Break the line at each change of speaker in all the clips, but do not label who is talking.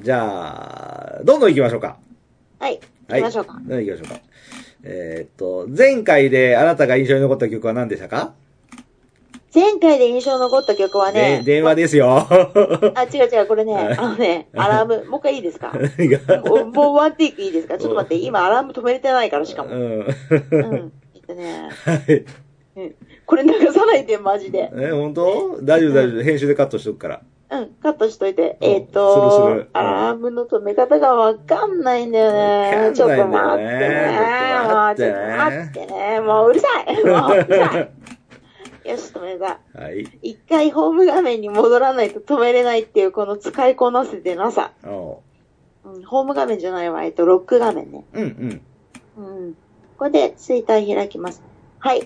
じゃあ、どんどん行きましょうか。
はい。行
は
き
い。
ましょうか。
どんどん行きましょうか。えーっと、前回であなたが印象に残った曲は何でしたか、
前回で印象に残った曲はね
で、電話ですよ。
あ、違う違う、これね、あの ね、アラーム、もう一回いいですか
何が
もうもうワンテイクいいですかちょっと待って、今アラーム止めれてないから、しかも。
うん。
うん。ちょっとね、
はい。
うんこれ流さないで、マジで。
え、本当大丈夫大丈夫。編集でカットしとくから。
うん、カットしといて。
うん
えーっ
するす
と
る、
アラームの止め方がわかんないんだよね。
わ
ちょっ
か
と
んな
待って
いんだ
ね。も
よね
うちょっと待ってね。もううるさい。もううるさい。よし、止めた。
はい。
一回ホーム画面に戻らないと止めれないっていう、この使いこなせてなさ。
お
うん、ホーム画面じゃないわ。えっと、ロック画面ね。
ううんうん。
うん。これで、ツイッター開きます。はい。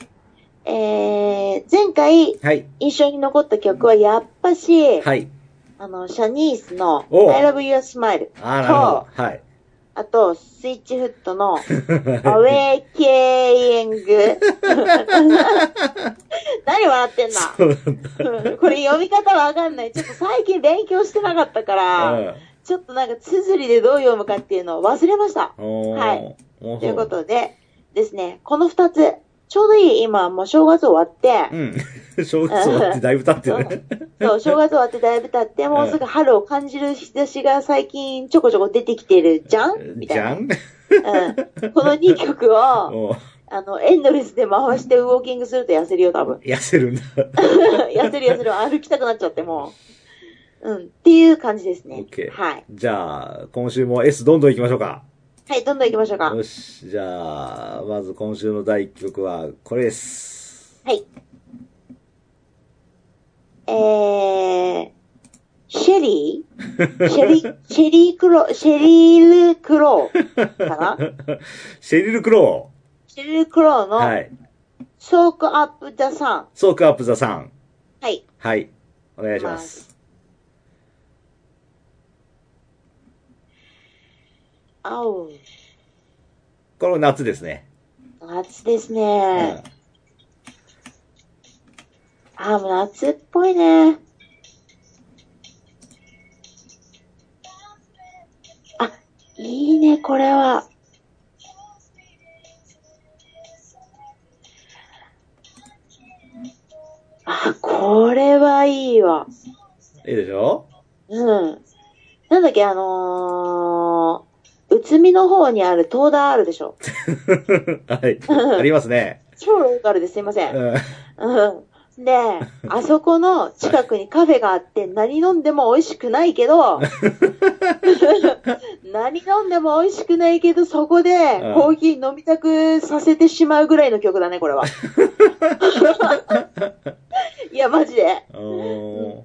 えー、前回、
はい。
印象に残った曲は、やっぱし、
はい。
あの、シャニースの、
おう
I love your smile。
あー、なるほど。はい。
あと、スイッチフット の、アウェイケイエング。 何笑ってんだ
そうなんだ。
これ読み方わかんない。ちょっと最近勉強してなかったから、
うん
ちょっとなんか綴りでどう読むかっていうのを忘れました。
おー
はい。
おー
というこ。とで、ですね、この二つ、ちょうどいい今、もう正月終わって、
うん。 正月終わってだいぶ経ってね。
そう、正月終わってだいぶ経って、もうすぐ春を感じる日差しが最近ちょこちょこ出てきてるじゃんみた
じ
い
ゃ
な。
ん
うん、この2曲を、
おー
あの、エンドレスで回してウォーキングすると痩せるよ、 多分。
痩せるんだ。
痩せる痩せる。歩きたくなっちゃって、もう。うん。っていう感じですね。
OK
はい。
じゃあ、今週も S どんどん行きましょうか。
はい、どんどん行きましょうか。
よし。じゃあ、まず今週の第一曲はこれです。
はい。えー、シェリーシェリー、シェリークロー、シェリールクローかな
シェリル・クロ
シェリルクロー
ー。は
の、
い。
ソークアップザサン。
ソークアップ・ザ・さん。
はい。
はい。お願いします。
青、
これ夏ですね。
夏です
う
ね。
ん
あー、もう夏っぽいね。あ、いいね、これは。あ、これはいいわ。
いいでしょ
うん。なんだっけ、あのー、宇都宮の方にある東大あるでしょ。
はい。ありますね。
超ローカルですいません。
うん。
うん。で、あそこの近くにカフェがあって、何飲んでも美味しくない けど、何飲んでも美味しくないけど、そこで
うん
コーヒー飲みたくさせてしまうぐらいの曲だね、こ れは。いや、マジで。
おー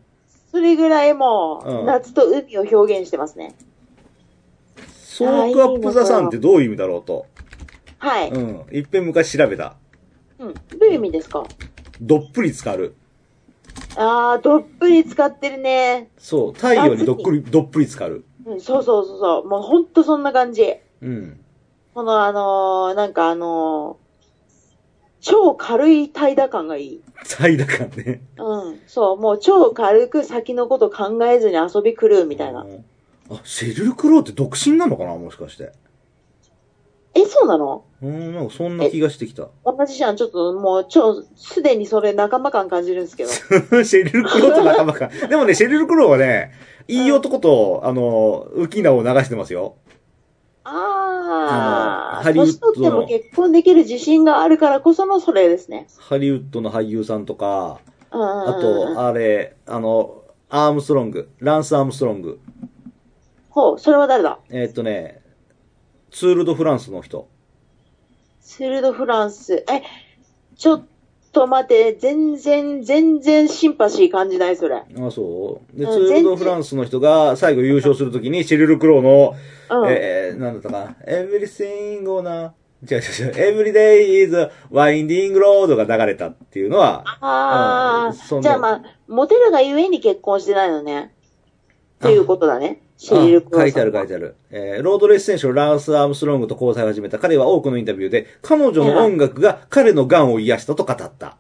それぐらいも
う
う、
ん
夏と海を表現してますね。
ソークアップ・ザ・さんってどういう意味だろうと。
はい。
うん。いっぺん昔調べた。
うん。どういう意味ですか
どっぷり浸かる。
あー、どっぷり使ってるね。
そう。太陽にどっぷり、どっぷり浸かる。
うん、そうそうそうそう。もうほんとそんな感じ。
うん。
このあのーなんかあのー超軽い怠惰感がいい。
怠惰感ね。
うん。そう、もう超軽く先のこと考えずに遊び狂うみたいな。
あ、シェリル・クローって独身なのかなもしかして。
え、そうなの
うん、なんかそんな気がしてき た。
同じじゃん。ちょっともう超、すでにそれ仲間感感じるんですけど。
シェリル・クローと仲間 か。でもね、シェリル・クローはね、いい男と、あの、ウキナを流してますよ。あの
あー。
ハリウッド
年取っても結婚できる自信があるからこそのそれですね。
ハリウッドの俳優さんとか、
うんうん
あ
うん。
と、あれ、あの、アームストロング、ランス・アームストロング。
ほう、それは誰だ
えーっとね、ツール・ド・フランスの人。
ツールドフランス。え、ちょっと待って、全然、全然シンパシー感じない、それ。
あ、そうで、
う
ツー
ん
ル・ド・
全然
フランスの人が最後優勝するときに、シェリル・クローの、
うん。
えー、なんだったかな、everything on a, 違う違う違う、every day is a winding road が流れたっていうのは、
あ
うんそ
あ、
の
じゃあまあ、モテるがゆえに結婚してないのね。
あ
ということだね。シェリル・クロ
書
ー
いて
さ
あ
ん
る書いてある。えーロードレース選手のランス・アームストロングと交際を始めた彼は多くのインタビューで、彼女の音楽が彼の癌を癒したと語った。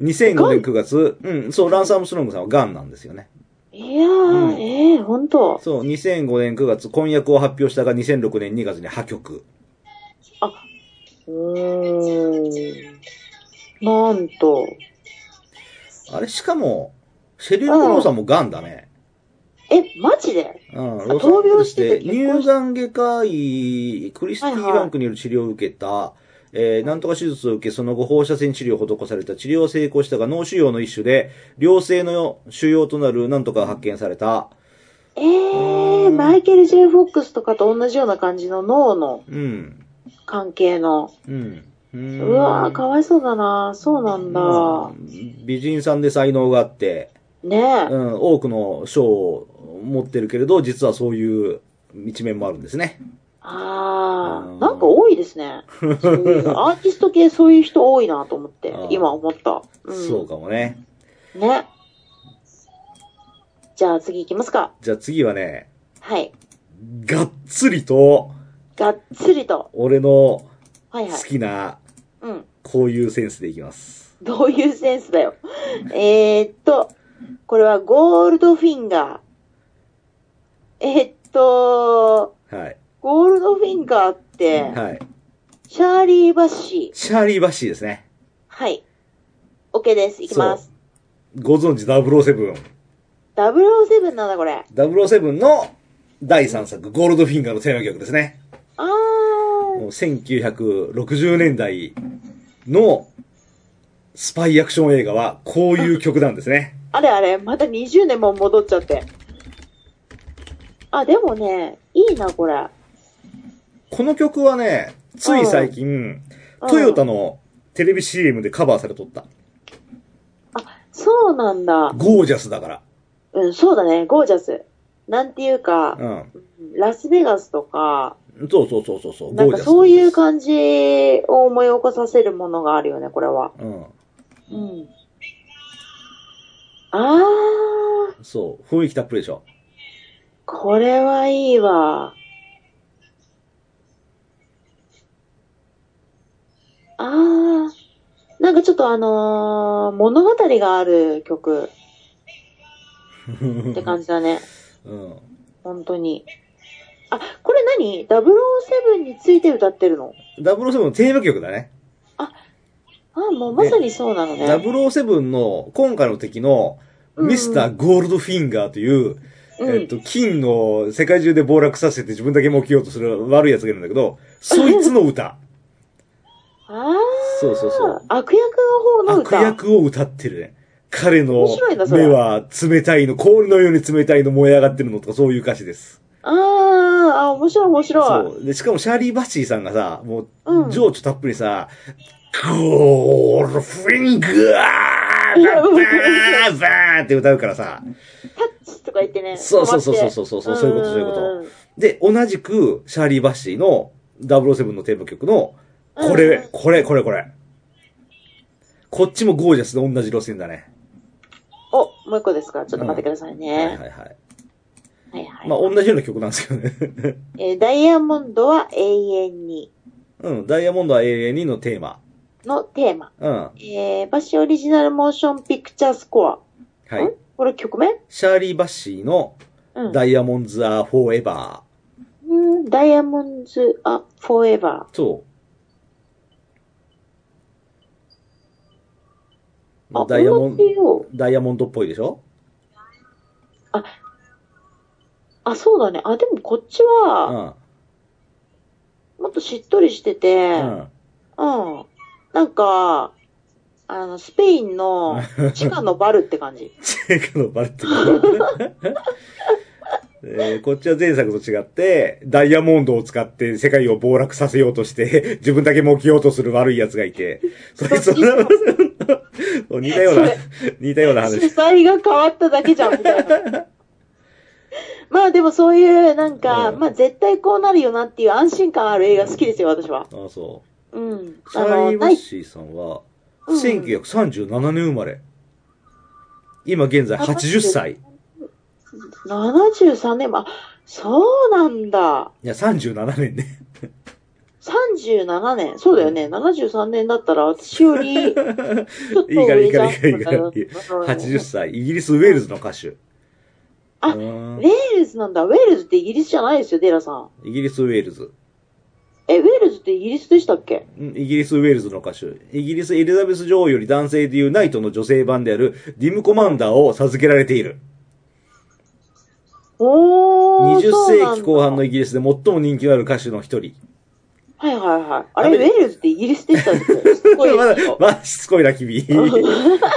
2005年9月、うん、そう、ランス・アームストロングさんは癌なんですよね。
いやー、
うん
ええー、ほんと。
そう、2005年9月、婚約を発表したが2006年2月に破局。
うーん。なんと。
あれ、しかも、シェリル・クローさんもガンだね。
え、マジで
うん、
あ
ロサンゼルス
闘病して
で
て結
乳
婚し
がん外科医、クリスティー・バンクによる治療を受けた、えー、なんとか手術を受け、その後放射線治療を施された、治療を成功したが脳腫瘍の一種で、良性の腫瘍となるなんとかが発見された。
ええ
う
ー、
ん
マイケル・ジェイ・フォックスとかと同じような感じの脳の
うん、
関係の。
うん。う
う
ーん
わー、かわいそうだな。そうなんだ
う。ん美人さんで才能があって、
ねえ。
うん、多くの賞を持ってるけれど、実はそういう一面もあるんですね。
あー、
うん
なんか多いで すね。そういうのアーティスト系そういう人多いなと思って
あー、
今思った。うん、
そうかもね。
ね。じゃあ次行きますか。
じゃあ次はね、
はい。
がっつりと、
がっつりと。
俺の
はいはい
好。きな、
うん。
こういうセンスでいきます。
どういうセンスだよ。えーっと、これはゴールドフィンガー。えーっと、
はい。
ゴールドフィンガーって、
はい。
シャーリー・バッシー。
シャーリー・バッシーですね。
はい。OK です。いきます。
ご存知、007。
007なんだこれ。
007の第3作、ゴールドフィンガーのテーマ曲ですね。
あ
もう1960年代のスパイアクション映画は、こういう曲なんですね。
ー。あれあれ、また20年も戻っちゃって。あ、でもね、いいな、これ。
この曲はね、つい最近、
うん
トヨタのテレビ CM でカバーされとった。
そうなんだ。
ゴージャスだから。
うん、そうだね、ゴージャス。なんていうか、
うん。
ラスベガスとか、
そうそうそうそうそう、
なん
ゴー
か
ジャス。
そういう感じを思い起こさせるものがあるよね、これは。
うん。
うん。あー、
そう。雰囲気たっぷりでしょ。
これはいいわ。あー、なんかちょっとあのー物語がある曲って感じだね。
うん。
本当に。あ、これ何 ?007 について歌ってるの
007のテーマ曲だね。
あ、もうまさにそうなのね。
007の今回の敵の
うん
ミスターゴールドフィンガーという、
うん
えっと、金の世界中で暴落させて自分だけ儲けようとする悪い奴がいるんだけど、そいつの歌。
あ
そうそうそ
あ
う。、
悪役の方の
悪
歌。
役を歌ってるね。彼の
面白いなそれ
目は冷たいの、氷のように冷たいの燃え上がってるのとかそういう歌詞です。
あーあ、面白い面白い。
そう。で、しかもシャーリー・バッシーさんがさ、もう
う、ん
情緒たっぷりさ、ゴールフィンガーだーザーって歌うからさ。
タッチとか言ってね。
そうそうそう
止まって
そうそうそうそういうことそういうこと
ん
で、同じく、シャーリー・バッシーの007のテーマ曲の、こ
うんうん
れ、これ、これ、これ。こっちもゴージャスで同じ路線だね。
お、もう一個ですかちょっと待ってください
はいはい
ね。
はい。
はいはい。
まあ、同じような曲なんですけどね。
えーダイヤモンドは永遠に
うん、ダイヤモンドは永遠にのテーマ。
のテーマ。
うん。は
えー、バッシュオリジナルモーションピクチャースコア。ん
い。
これ曲名
シャーリー・バッシーの
うん。
ダイヤモンズ・ア・フォーエバー。
うんダイヤモンズ・ア・フォーエバ
そう。
ー。あ、
ダイヤモン
踊っ、てよう
ダイヤモンドっぽいでしょ
あ、そうだね。あ、でもこっち
う
は、
ん。
もっとしっとりしてて、
うん。
うん。なんか、あの、スペイ ンの地下のバルって感じ。
チェックのバレてる。 えーこっちは前作と違って、ダイヤモンドを使って世界を暴落させようとして、 自分だけ儲けようとする悪い奴がいて、それその似たような
それ、
似たような
主
話。
催が変わっただけじゃん、みたいな。 まあでもそういう、なんか、
うん
まあ絶対こうなるよなっていう安心感ある映画好きですよ、私は。
あ、そう。
うん。
シ
あ
ャー
の、
リー・バ
な
ッ
い、
シーさんは、
うん
1937年生まれ。今現在80歳。
73年も、あ、そうなんだ。
いや、37年ね。
37年。そうだよね。73年だったら、私よ り、ちょっと
いいからいいからいいからいい
上
か
じゃん
ら。80歳。イギリス・ウェールズの歌手。う
あ、
ー
ウェ
ん
ールズなんだ。ウェールズってイギリスじゃないですよ、デイラさん。
イギリス、ウェールズ。
え、ウェールズってイギリスでしたっけ
うんイギリス・ウェールズの歌手。イギリス・エリザベス女王より男性でいうナイトの女性版であるディム・コマンダーを授けられている。
おー。
20
そう
世
なんだ
紀後半のイギリスで最も人気のある歌手の一人。
はいはいはい。あ
アメ
れ、ウ
リ
ェールズってイギリスでしたっ けすごい
まだ
ですよ、
まだしつこいな、 君。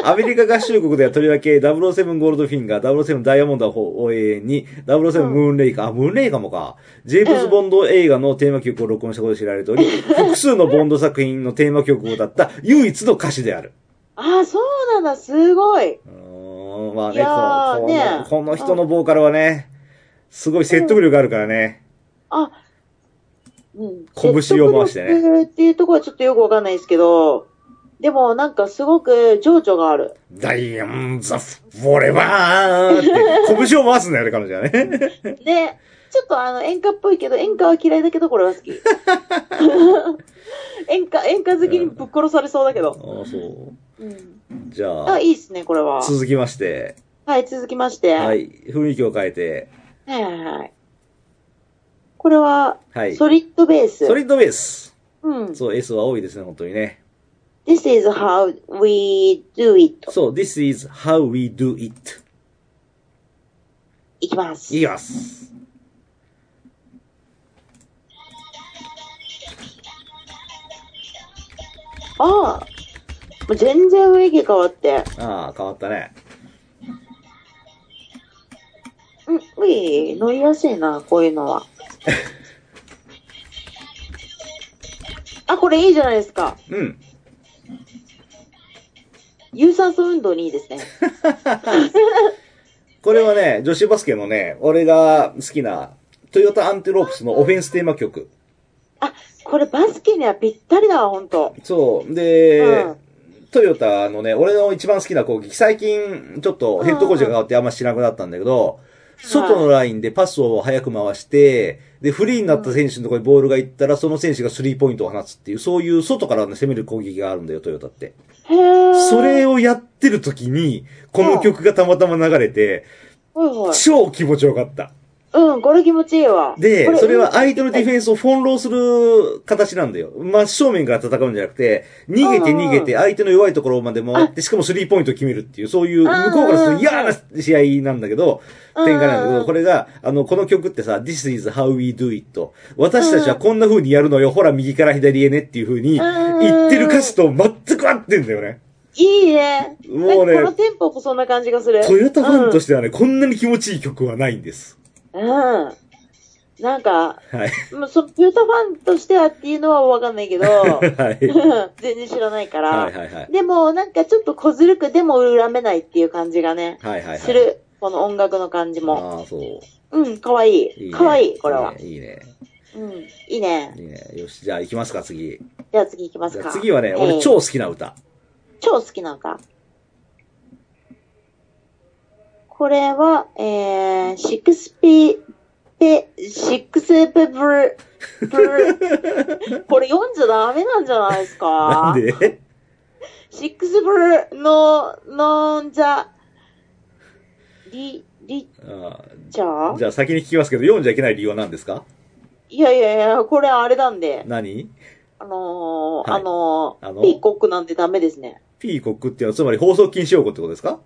アメリカ合衆国ではとりわけ007ゴールドフィンガー、007ダイヤモンドを永遠に、007ムーンレイカー、あ、ムーンレイカーもか。ジェームズ・ボンド映画のテーマ曲を録音したことで知られてお り、複数のボンド作品のテーマ曲を歌った唯一の歌手である。
あ、そうなんだ。すごい。
うーんまあ
いやー
ね
ね
ここの、この人のボーカルはね、すごい説得力があるからね。
あ、うん。
拳を回してね
説得力っていうところはちょっとよくわかんないですけど、でもなんかすごく情緒がある。
ダイアン・ザ・フォレバーって、拳を回すんだよね、彼女は ね。
で、ちょっとあの演歌っぽいけど、演歌は嫌いだけどこれは 好き。演歌、演歌好きにぶっ殺されそうだけ
あ
ど。
あ、そう。
うん。
じゃ
あ、
あ、
いいっすね、これは。
続きまして、
はい、続きまして。
は
はい。
い、雰囲気を変えて、
はいはいはい。これは、
はい。ソ
ソリッドベース。
リッドベース。
うん。
そう、S は多いですね、本当にね。
This is how we do it.
そう、This is how we do it.
いきます。
いきます。
ああ。もう全然雰囲気変わって。
ああ、変わったね。
うん、うい、乗りやすいな、こうい うのは。あ、これいいじゃないですか。
うん。
有酸素運動にいいですね。
これはね、女子バスケのね、俺が好きな、トヨタアンテロープスのオフェンステーマ曲。
あ、これバスケにはぴったりだわ、ほんと。
そう。で、
うん
トヨタのね、俺の一番好きな攻撃、最近、ちょっとヘッドコーチが変わってあんましなくなったんだけど、外のラインでパスを早く回して、で、フリーになった選手のところにボールが行ったら、その選手がスリーポイントを放つっていう、そういう外からね、攻める攻撃があるんだよ、トヨタって。
へー。
それ
を。
をやってる時に、この曲がたまたま流れて、
はいはい。
超気持ちよかった。
うん、これ気持ちいいわ。こ
で、それは相手のディ
ン
フェンスを翻弄する形なんだよ。真正面から戦うんじゃなくて、逃げて
うんうん
逃げて相手の弱いところまで回って、しかもスリーポイントを決めるっていう、そういう、
ん
向こうからすると嫌
うん
な試合なんだけど、
うん
展開なんだけど、これが、あの、この曲ってさ、This is how we do it. 私たちはこんな風にやるのよ。ほら、右から左へねっていう風に、
うん
言ってる歌詞と全く合ってんだよね。
いいね。
もうね
なんかこのテンポもそんな感じがする。
トヨタファンと
し
してはね、こんなに気持ちいい曲はないんです。
て。うん。なんか、
はい。
もうそトヨタファンとしてはっていうのはわかんないけど、
はい。
全然知らないから。
はいはいはい。
でも、なんかちょっと小ずるくでも恨めないっていう感じがね、
はいはいはい。
する。この音楽の感じも。
ああ、そう。
うん、かわい
いい
い。
ね
かわいい、これは。
いいね。
うん、い
い
いね。
いね。いいねよし、じゃあ行きますか、次。
じゃあ次行きます
じゃ
か。
あ次はね、
えー
俺超好きな歌。
超好きなんだ。これは、えー、シックスピペ、シックスペブル、ブ ル、これ読んじゃダメなんじゃないですか
なん で
シックスブルの、のんじゃ、り、り
あ
ちゃ
ーじゃあ先に聞きますけど、読んじゃいけない理由は何ですか
いやいやいや、これあれなんで、
何
あのー
はい
あのー
あの
ピーコックなんてダメですね。
ピーコックっていうのは、つまり放送禁止用語ってことですか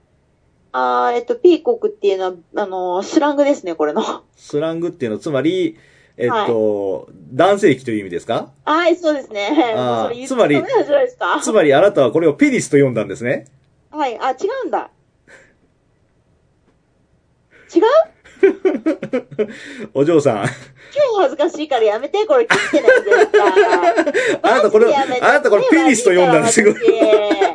あー、えっと、ピーコックっていうのは、あのースラングですね、これの。
スラングっていうのは、つまり、えっと、男性器という意味ですか
はい、そうですね。
あー
もうそれ言っちゃダメなんじゃないですか
つまりあなたはこれをペニスと読んだんですね。
はい、あ、違うんだ。違う
お嬢 さん。
今日恥ずかしいからやめて、これ切ってないで絶対。
あなたこれ、あ
マジでやめて
なたこれペニスと読んだんですよ
もう。ちょっ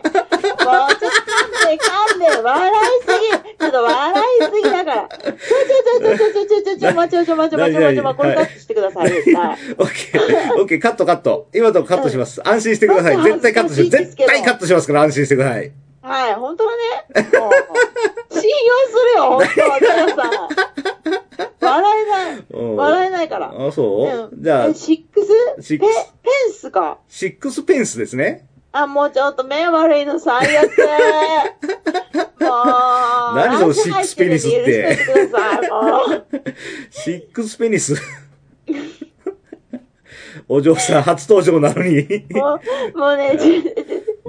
と噛んで、噛んで、笑いすぎ、ちょっと笑いすぎだから。ちょちょちょちょちょちょちょ、待ちょちょ待ちょ待ちょ待ちょ、これカットしてください、絶対。
オッケ ー、オッケー、カットカット。今のとこカットします。安心してください。絶対カットします。絶対カットしますから安心してください。
はい、本当だね。もう信用するよ、本当、皆さん。笑えない。
うん
笑えないから。
あ、そう
うん
じゃあ
え、シックス
シッ
ペ
クス、
ペンスか。
シックスペンスですね。
あ、もうちょっと目悪いの最悪。もう。
何そのシックスペニスって
なんか入るのに許してください。もう。
シックスペニス。 お嬢さん初登場なの に。
もうも うね、じ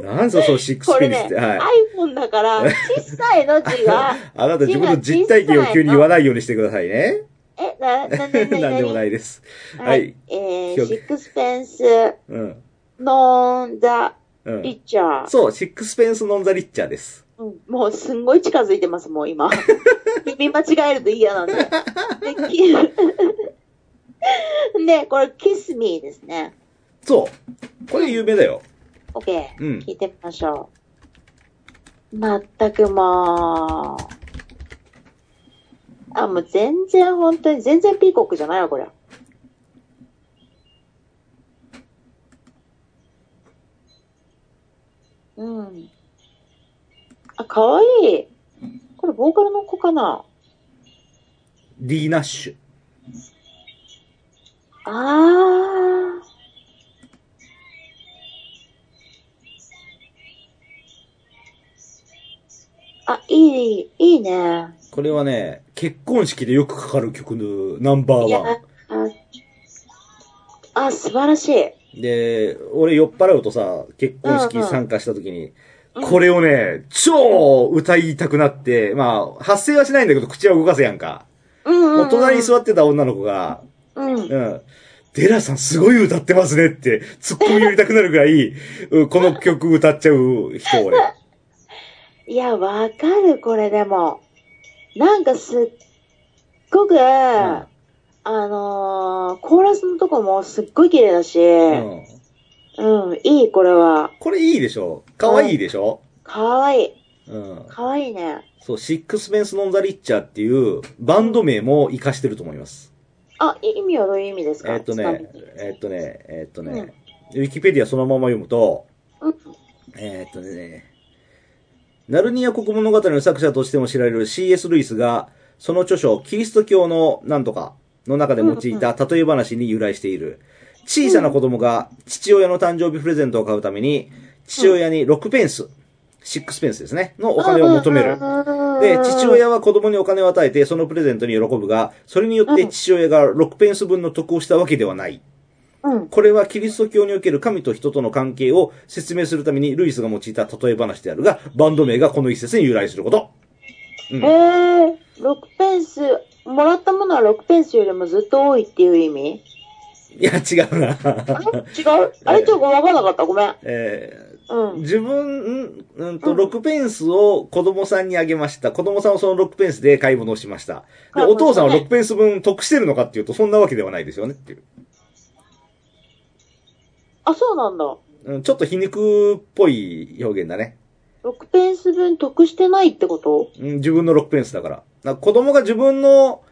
なんぞそのシックス
こ
ペニ
れ
スっ
ね、
て。はい。
iPhone だから、小さいの字が、
あなた自分の実体験を急に言わないようにしてくださいね。
え、な、な、な、な、
な
な、
んでもないです。はい。。
え
表
ー、シックスペンス、
うん。
ノンザ、
うん。
リチャー。
そう、シックスペンスノンザリッチャーです。
うんもうすんごい近づいてます、もう今。見間違えると嫌なんで。で、き でこれ、Kiss Me ですね。
そう。これ有名だよ。
OK。
うん
聞いてみましょう。まったくもう。あ、もう全然本当に、全然ピーコックじゃないわ、これ。うん。あ、かわいい。これ、ボーカルの子かな
ディーナッシュ。
ああ。あ、いい、いいね。
これはね、結婚式でよくかかる曲のナンバー
いや
ワン。、
あ、あ素晴らしい。
で、俺酔っ払うとさ、結婚
うん
式
うん
参加した時に、
うん
これをね、超歌いたくなって、まあ、発声はしないんだけど、口は動かせやんか。
うんうん、うん。
お隣に座ってた女の子が、
うん。
うん。デラさんすごい歌ってますねって、突っ込み入りたくなるぐらい、うんこの曲歌っちゃう人、俺。
いや、わかる、これでも。なんかすっごく、あのーコーラスのとこもすっごい綺麗だし、
うん。
うん、いい、これは。
これいいでしょ可愛いでしょ
かわいい。
うん。
かわいいね。
そう、シックスペンス・ノン・ザ・リッチャーっていうバンド名も活かしてると思います。
あ、い意味はどういう意味ですか
えっと
ちなみ
ね
に、
えっとね、えっとね、ウィキペディアそのまま読むと、
うん
えーっとね、ナルニア国物語の作者としても知られる C.S. ルイスが、その著書、キリスト教のなんとかの中で用いた例え話に由来している。小さな子供が父親の誕生日プレゼントを買うために、父親に6ペンス、6ペンスですね、のお金を求める。で、父親は子供にお金を与えて、そのプレゼントに喜ぶが、それによって父親が6ペンス分の得をしたわけではない。
うん。
これはキリスト教における神と人との関係を説明するためにルイスが用いた例え話であるが、バンド名がこの一節に由来すること。うん
えー、6ペンス、もらったものは6ペンスよりもずっと多いっていう 意味
いや、違うな。
あれ違うあれちょっとわかんなかった。ごめん。
え
う
ー
ん。
自分、んうんと、
うん
6ペンスを子供さんにあげました。子供さんはその6ペンスで買い物をしました。で、
買い物
お父さんは
ね
6ペンス分得してるのかっていうと、そんなわけではないですよねっていう。
あ、そうなんだ。
うん、ちょっと皮肉っぽい表現だね。
6ペンス分得してないってこと
うん自分の6ペンスだから。な子供が自分の、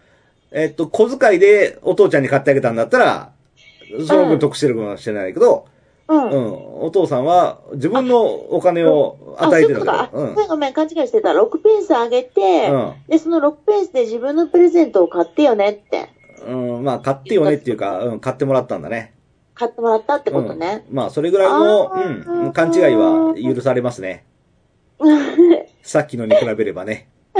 えっと、小遣いでお父ちゃんに買ってあげたんだったら、その分得してるかもしれないけど、
うん。
うん、お父さんは自分のお金を与えてるんだ
あ、
け
そ
ど、
っ
う
か
ん。
ごめん。ごめん、勘違いしてた。6ペンスあげて、で、その6ペンスで自分のプレゼントを買ってよねって。
うん。うん、まあ、買ってよねっていうか、うん、買ってもらったんだね。
買ってもらったってことね。
うんまあ、それぐらいの、
あ
う
ー
ん、勘違いは許されますね。さっきのに比べればね。
ち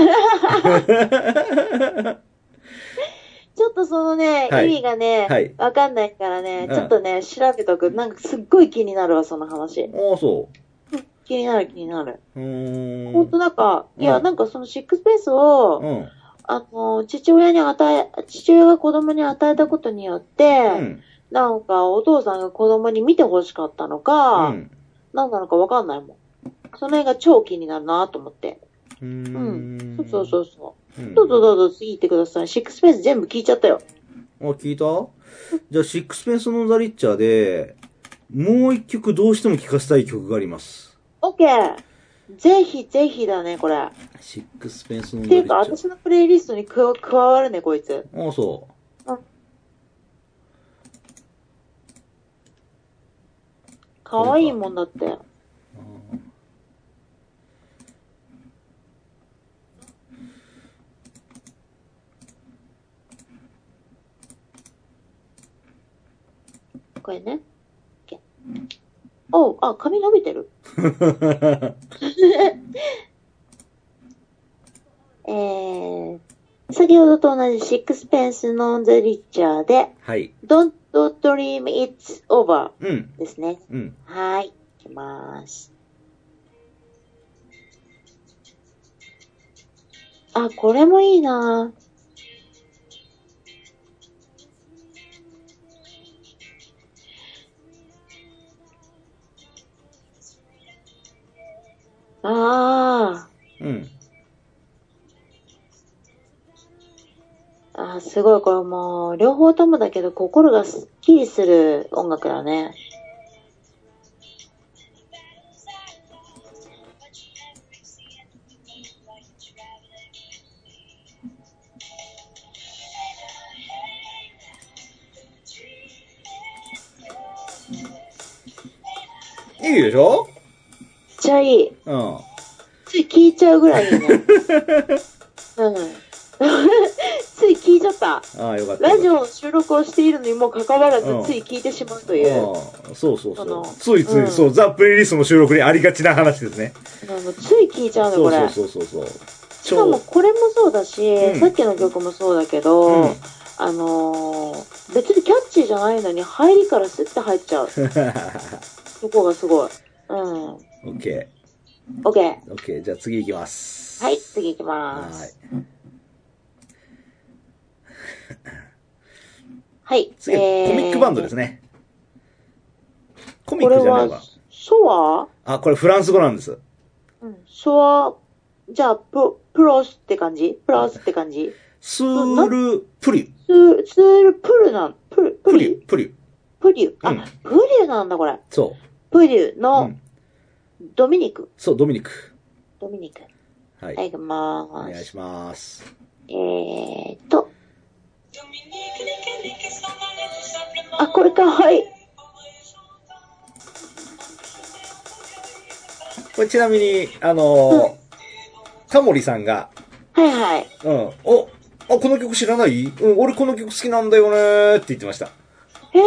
ょっとそのね、
はい
意味がね、
はい
わかんないからね、
うん
ちょっとね、調べとく。なんかすっごい気になるわ、その話。
ああ、そ
気になる気になる。
う。うーん。
ほんとなんか、
うん
いや、なんかそのシックスペースを、
うん。
あの、父親に与え、父親が子供に与えたことによって、
うん。
なんかお父さんが子供に見て欲しかったの
う
か、
ん。
何なのかわかんないもん。その辺が超気になるなと思って。
う
うん
ん。
そうそうそうそうう。
ん
どうぞどうぞ次行ってください。シックスペース全部聞いちゃったよ。
あ、聞いたじゃあ、シックスペンスのザ・リッチャーで、もう一曲どうしても聴かせたい曲があります。
オッケーぜひぜひだね、これ。
シックスペンスの
っ
ザ・
てい
リ
うか、
ッチャ
私のプレイリストに加加わるね、こいつ。
ー。あ、そう。
かわいいもんだって。これね。おう、あ、髪伸びてる。 えー、先ほどと同じシックスペンスノンザリッチャーで、
はい。
Don't Dream It's Over
うん。
ですね。
うん。
はーい。いきます。あ、これもいいなぁあ
うん。
ーあー、すごい、これもう、両方ともだけど、心がスッキリする音楽だね。
いいでしょ
めっちゃいい。
うん。
つい聞いちゃうぐらい いいね。うん。つい聞いちゃった。
ああ、よかった。
ラジオの収録をしているのにもかかわらず
うん、
つい聞いてしまうという、も
ああそうそうそ
その
う。ついつ
う
い、
ん
そう、ザ・プレイリストの収録にありがちな話ですね。
うつい聞いちゃうの、
そ
こ
う
れ。
そうそうそうそう。
しかも、これもそうだし、
うん
さっきの曲もそうだけど、
うん
あのー別にキャッチーじゃないのに、入りからスッて入っ ちゃう。そこがすごい。うん。
オッケ
OK。
ー、オッケー。じゃあ次行きます。
はい、次行きます。
はい。
はい。
次はコミックバンドですね。
ね。
コミ
こ
ッ
れ
クじゃない
は
わ。、
ソワ
あ、これフランス語なんです。
うん、ソワ、じゃあ、プロ、プロスって感じプロスって感じ
スール・プリュ。
ツール、ツール、プルなん、プル、プ
プ
リ
リ
ュ
ュ、プリュ。
プリュ。あ、
うん
プリュなんだこれ。
そ
プリュ
う。う
の
ん。
ドミニク。
そう、ドミニク。
ドミニク。
はい。
はい、行きま
お願い
ーす。
します。
えーっと。あ、これかわいい。
これちなみに、あのー、タモリさんが、
はいはい。
うん、お、あ、この曲知らないうん、俺この曲好きなんだよねーって言ってました。
へー。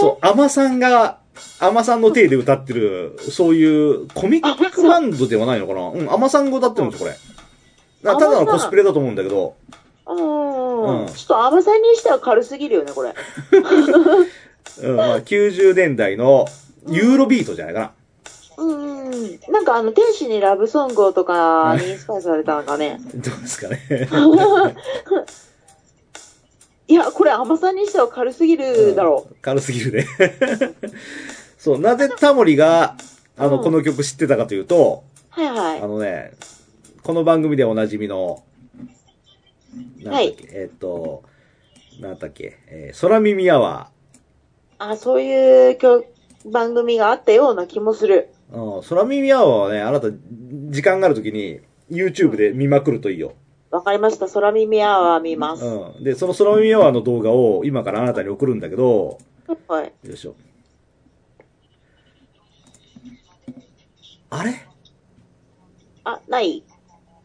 そう、アマさんが、アマさんの体で歌ってる、そういうコミックバンドではないのかなうん、アマさん語だってるんですよ、これ。なただのコスプレだと思うんだけど、
うー
うん
ん。ちょっと甘さにしては軽すぎるよね、これ。
うん、まあ90年代のユーロビートじゃないか
うんうん。なんかあの、天使にラブソングをとかにインスパイアされたのかね。
な。どうですかね。
いや、これ甘さにしては軽すぎるだろう。
軽すぎるね。そう、なぜタモリが、あの、
うん
この曲知ってたかというと、
はい
あ
はい。
のね、この番組でおなじみの、なんだっけ、
はい
えっ、と、なんだっけ、えー、空耳アワー。
あ、そういう曲、番組があったような気もする。
うん、空耳アワーはね、あなた、時間があるときに、YouTube で見まくるといいよ。
わかりました。空耳アワー見ます。
うん。で、その空耳アワーの動画を今からあなたに送るんだけど、
はい。
よいしょ。あれ
あ、ない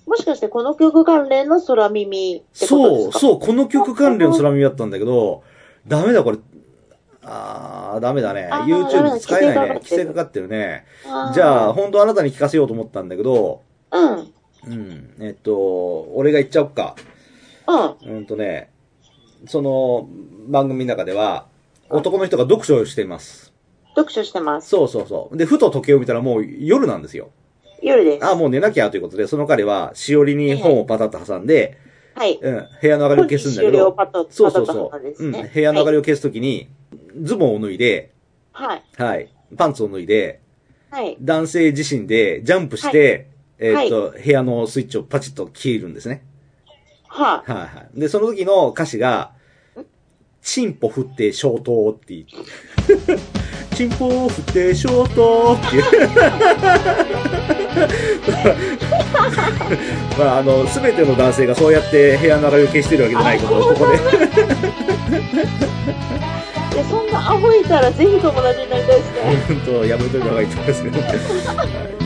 もしかしてこの曲関連の空耳ってことで
そう、
すか
そう、この曲関連の空耳だったんだけど、ダメだ、これ。あー、ダメだね。
あーダメ
YouTube
だ
で使えないね。規
規
制
制
か
か
かってるね。
あー
じゃあ、、本当あなたに聞かせようと思ったんだけど、
うん。うん。
うん。えっと、俺が言っちゃおっか。
あ
うんとね、その番組の中では、男の人が読書をしています。
読書してます。
そうそうそう。で、ふと時計を見たらもう夜なんですよ。
夜です。
あもう寝なきゃということで、その彼は、しおりに本をパタッと挟んで、
はい。
うん、部屋の明かりを消すんだけ
本日終了
ど、
パタ
そうそ
パタ
う
パ
そ
タで
う、
すね。
うん、部屋の明かりを消すときに、ズボンを脱いで、
はい。
はい、パンツを脱いで、
はい。
男性自身でジャンプして、えーっと、部屋のスイッチをパチッと消えるんですね。
は
はいはい。で、その時の歌詞が、チンポ振って消灯っていう。 チンポ振って消灯っていう。 まあ、あの、すべての男性がそうやって部屋の明かりを消してるわけじゃないことを、ここで。
い。 で、そんなアホいたらぜひ友達になりたいですね。
本当やめといた方がいいと思いますけど。はい